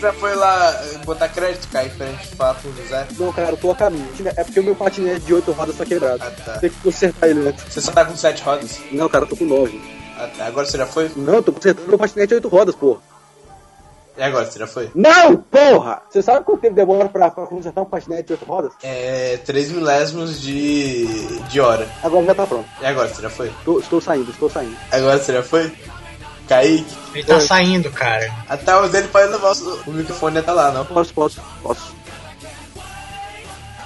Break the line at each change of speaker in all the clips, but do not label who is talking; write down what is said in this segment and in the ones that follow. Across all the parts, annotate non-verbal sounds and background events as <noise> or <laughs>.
já foi lá botar crédito, cara, em frente de fato, José?
Não, cara, eu tô a caminho. É porque o meu patinete de 8 rodas tá quebrado.
Ah, tá.
Tem que consertar ele né? antes.
Você só tá com sete rodas?
Não, cara, eu tô com 9.
Ah, tá. Agora você já foi?
Não, eu tô consertando meu patinete de 8 rodas, porra.
E agora você já foi?
Não, porra! Você sabe quanto tempo demora pra, pra consertar um patinete de 8 rodas?
É. 3 milésimos de. de hora.
Agora já tá pronto.
E agora você já foi?
Tô- estou saindo, estou saindo.
Agora você já foi? Kaique?
Ele tá
Oi.
saindo, cara.
Até o dele pode levar o, o microfone até lá, não?
Posso, posso, posso.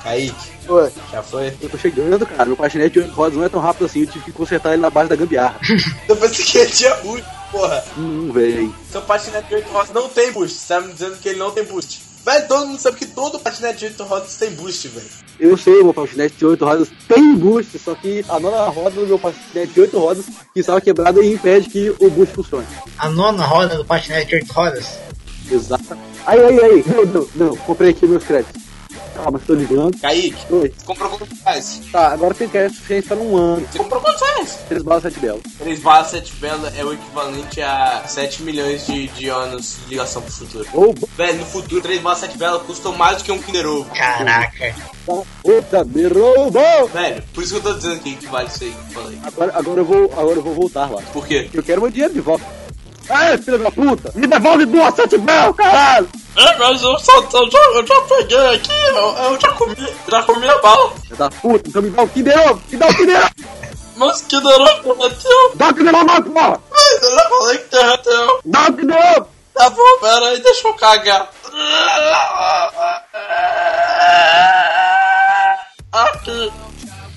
Kaique,
Ué,
já foi?
eu tô chegando, cara. Meu patinete de 8 rodas não é tão rápido assim. Eu tive que consertar ele na base da <laughs> gambiarra.
Depois que ele tinha boost, porra.
hum, véi.
Seu patinete de 8 rodas não tem boost. Você tá me dizendo que ele não tem boost. Velho, todo mundo sabe que todo patinete de 8 rodas tem boost, velho.
Eu sei, meu patinete de 8 rodas tem boost, só que a nona roda do meu patinete de 8 rodas que estava quebrada e impede que o boost funcione.
A nona roda do patinete de 8 rodas.
Exato. Aí, aí, aí. Não, não, não. Comprei aqui meus créditos. Calma, estou ligando.
Kaique,
Oi.
você comprou quantos reais?
Tá, agora tem crédito suficiente pra um ano.
Você comprou quantos reais?
Três balas, sete belas.
3 balas, 7 velas é o equivalente a 7 milhões de, de anos de ligação pro futuro.
Ou
Velho, no futuro, 3 balas, 7 velas custam mais do que um Kinder Ovo.
Caraca.
bota, puta, me roubou!
Velho, por isso que eu tô dizendo que vale isso aí que eu falei.
Agora, agora, eu vou, agora eu vou voltar lá.
Por quê?
Eu quero meu dinheiro de volta. Ah, filha da puta! Me devolve duas, sete belas, caralho!
É, mas eu, só, eu, já, eu já peguei aqui, eu, eu já comi, já comi a bala.
Filha da puta, então me dá o Kinder Ovo! Me dá o Kinder Ovo!
Mas que derrota prometeu,
Dá o Kinder Ovo, porra!
mas é eu já falei que derreteu.
Dá o Kinder Ovo!
Tá bom, pera aí, deixa eu cagar. Aqui,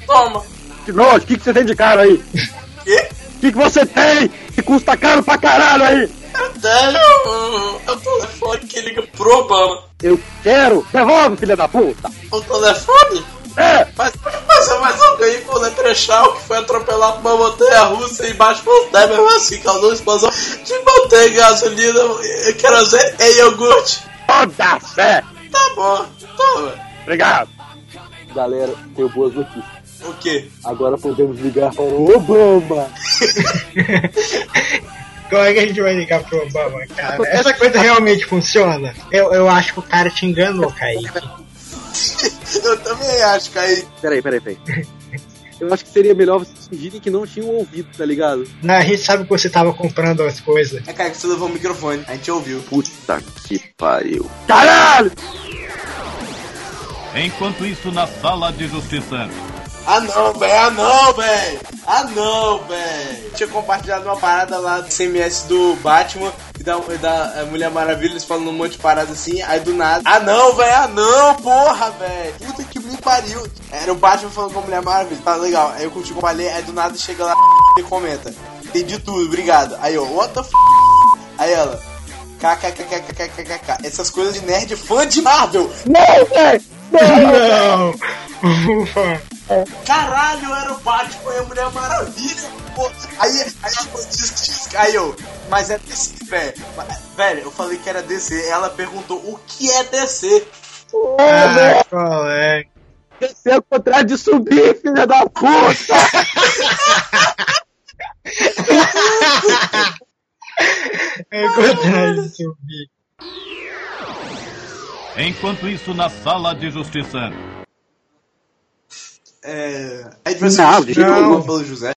toma.
Que nojo, o que, que você tem de caro aí? O
Quê?
que, que você tem que custa caro pra caralho aí?
Eu tenho o telefone que liga pro Obama.
Eu quero! Devolve, filha da puta!
O telefone?
É!
Mas, mas, um mas eu ganhei com né? o Leprechal que foi atropelado por uma montanha russa embaixo de uma terra, mesmo assim, causou explosão de manteiga, gasolina, eh, querosene e iogurte.
Toda fé!
Tá bom, toma.
Obrigado! Galera, tenho boas notícias.
O quê?
Agora podemos ligar para o Obama!
Como é que a gente vai ligar pro Obama, cara? Essa coisa realmente funciona? Eu, eu acho que o cara te enganou, Kaique.
Eu também acho, Kaique.
Peraí, peraí, peraí. <laughs> Eu acho que seria melhor vocês fingirem que não tinham ouvido, tá ligado?
Não, a gente sabe que você tava comprando as coisas.
É, Kaique, você levou o microfone, a gente ouviu.
Puta que pariu. Caralho!
Enquanto isso, na sala de justiça.
Ah não, velho, ah não, velho. Ah não, velho. Tinha compartilhado uma parada lá do CMS do Batman e da, e da eh, Mulher Maravilha, eles falando um monte de parada assim, aí do nada. Ah não, velho, ah não, porra, velho. Puta que me pariu. Era o Batman falando com a Mulher Maravilha, tá legal. Aí eu curti, compartilhei, aí do nada chega lá e comenta. Entendi tudo, obrigado. Aí eu, what the f... Aí ela, kkkkkkk. Essas coisas de nerd fã de Marvel.
Não, velho!
Não! <laughs> Ufa!
Caralho, era o Batman e a Mulher Maravilha, pô. Aí, aí ela falou, diz, diz, aí eu, mas é DC, velho. Mas, Velho, eu falei que era DC, ela perguntou o que é DC.
Ah, qual é?
Você é o contrário de subir, filha da puta!
É contrário de subir.
Enquanto isso, na sala de justiça.
É. Aí vai ser
Não,
substituído
não.
pelo José.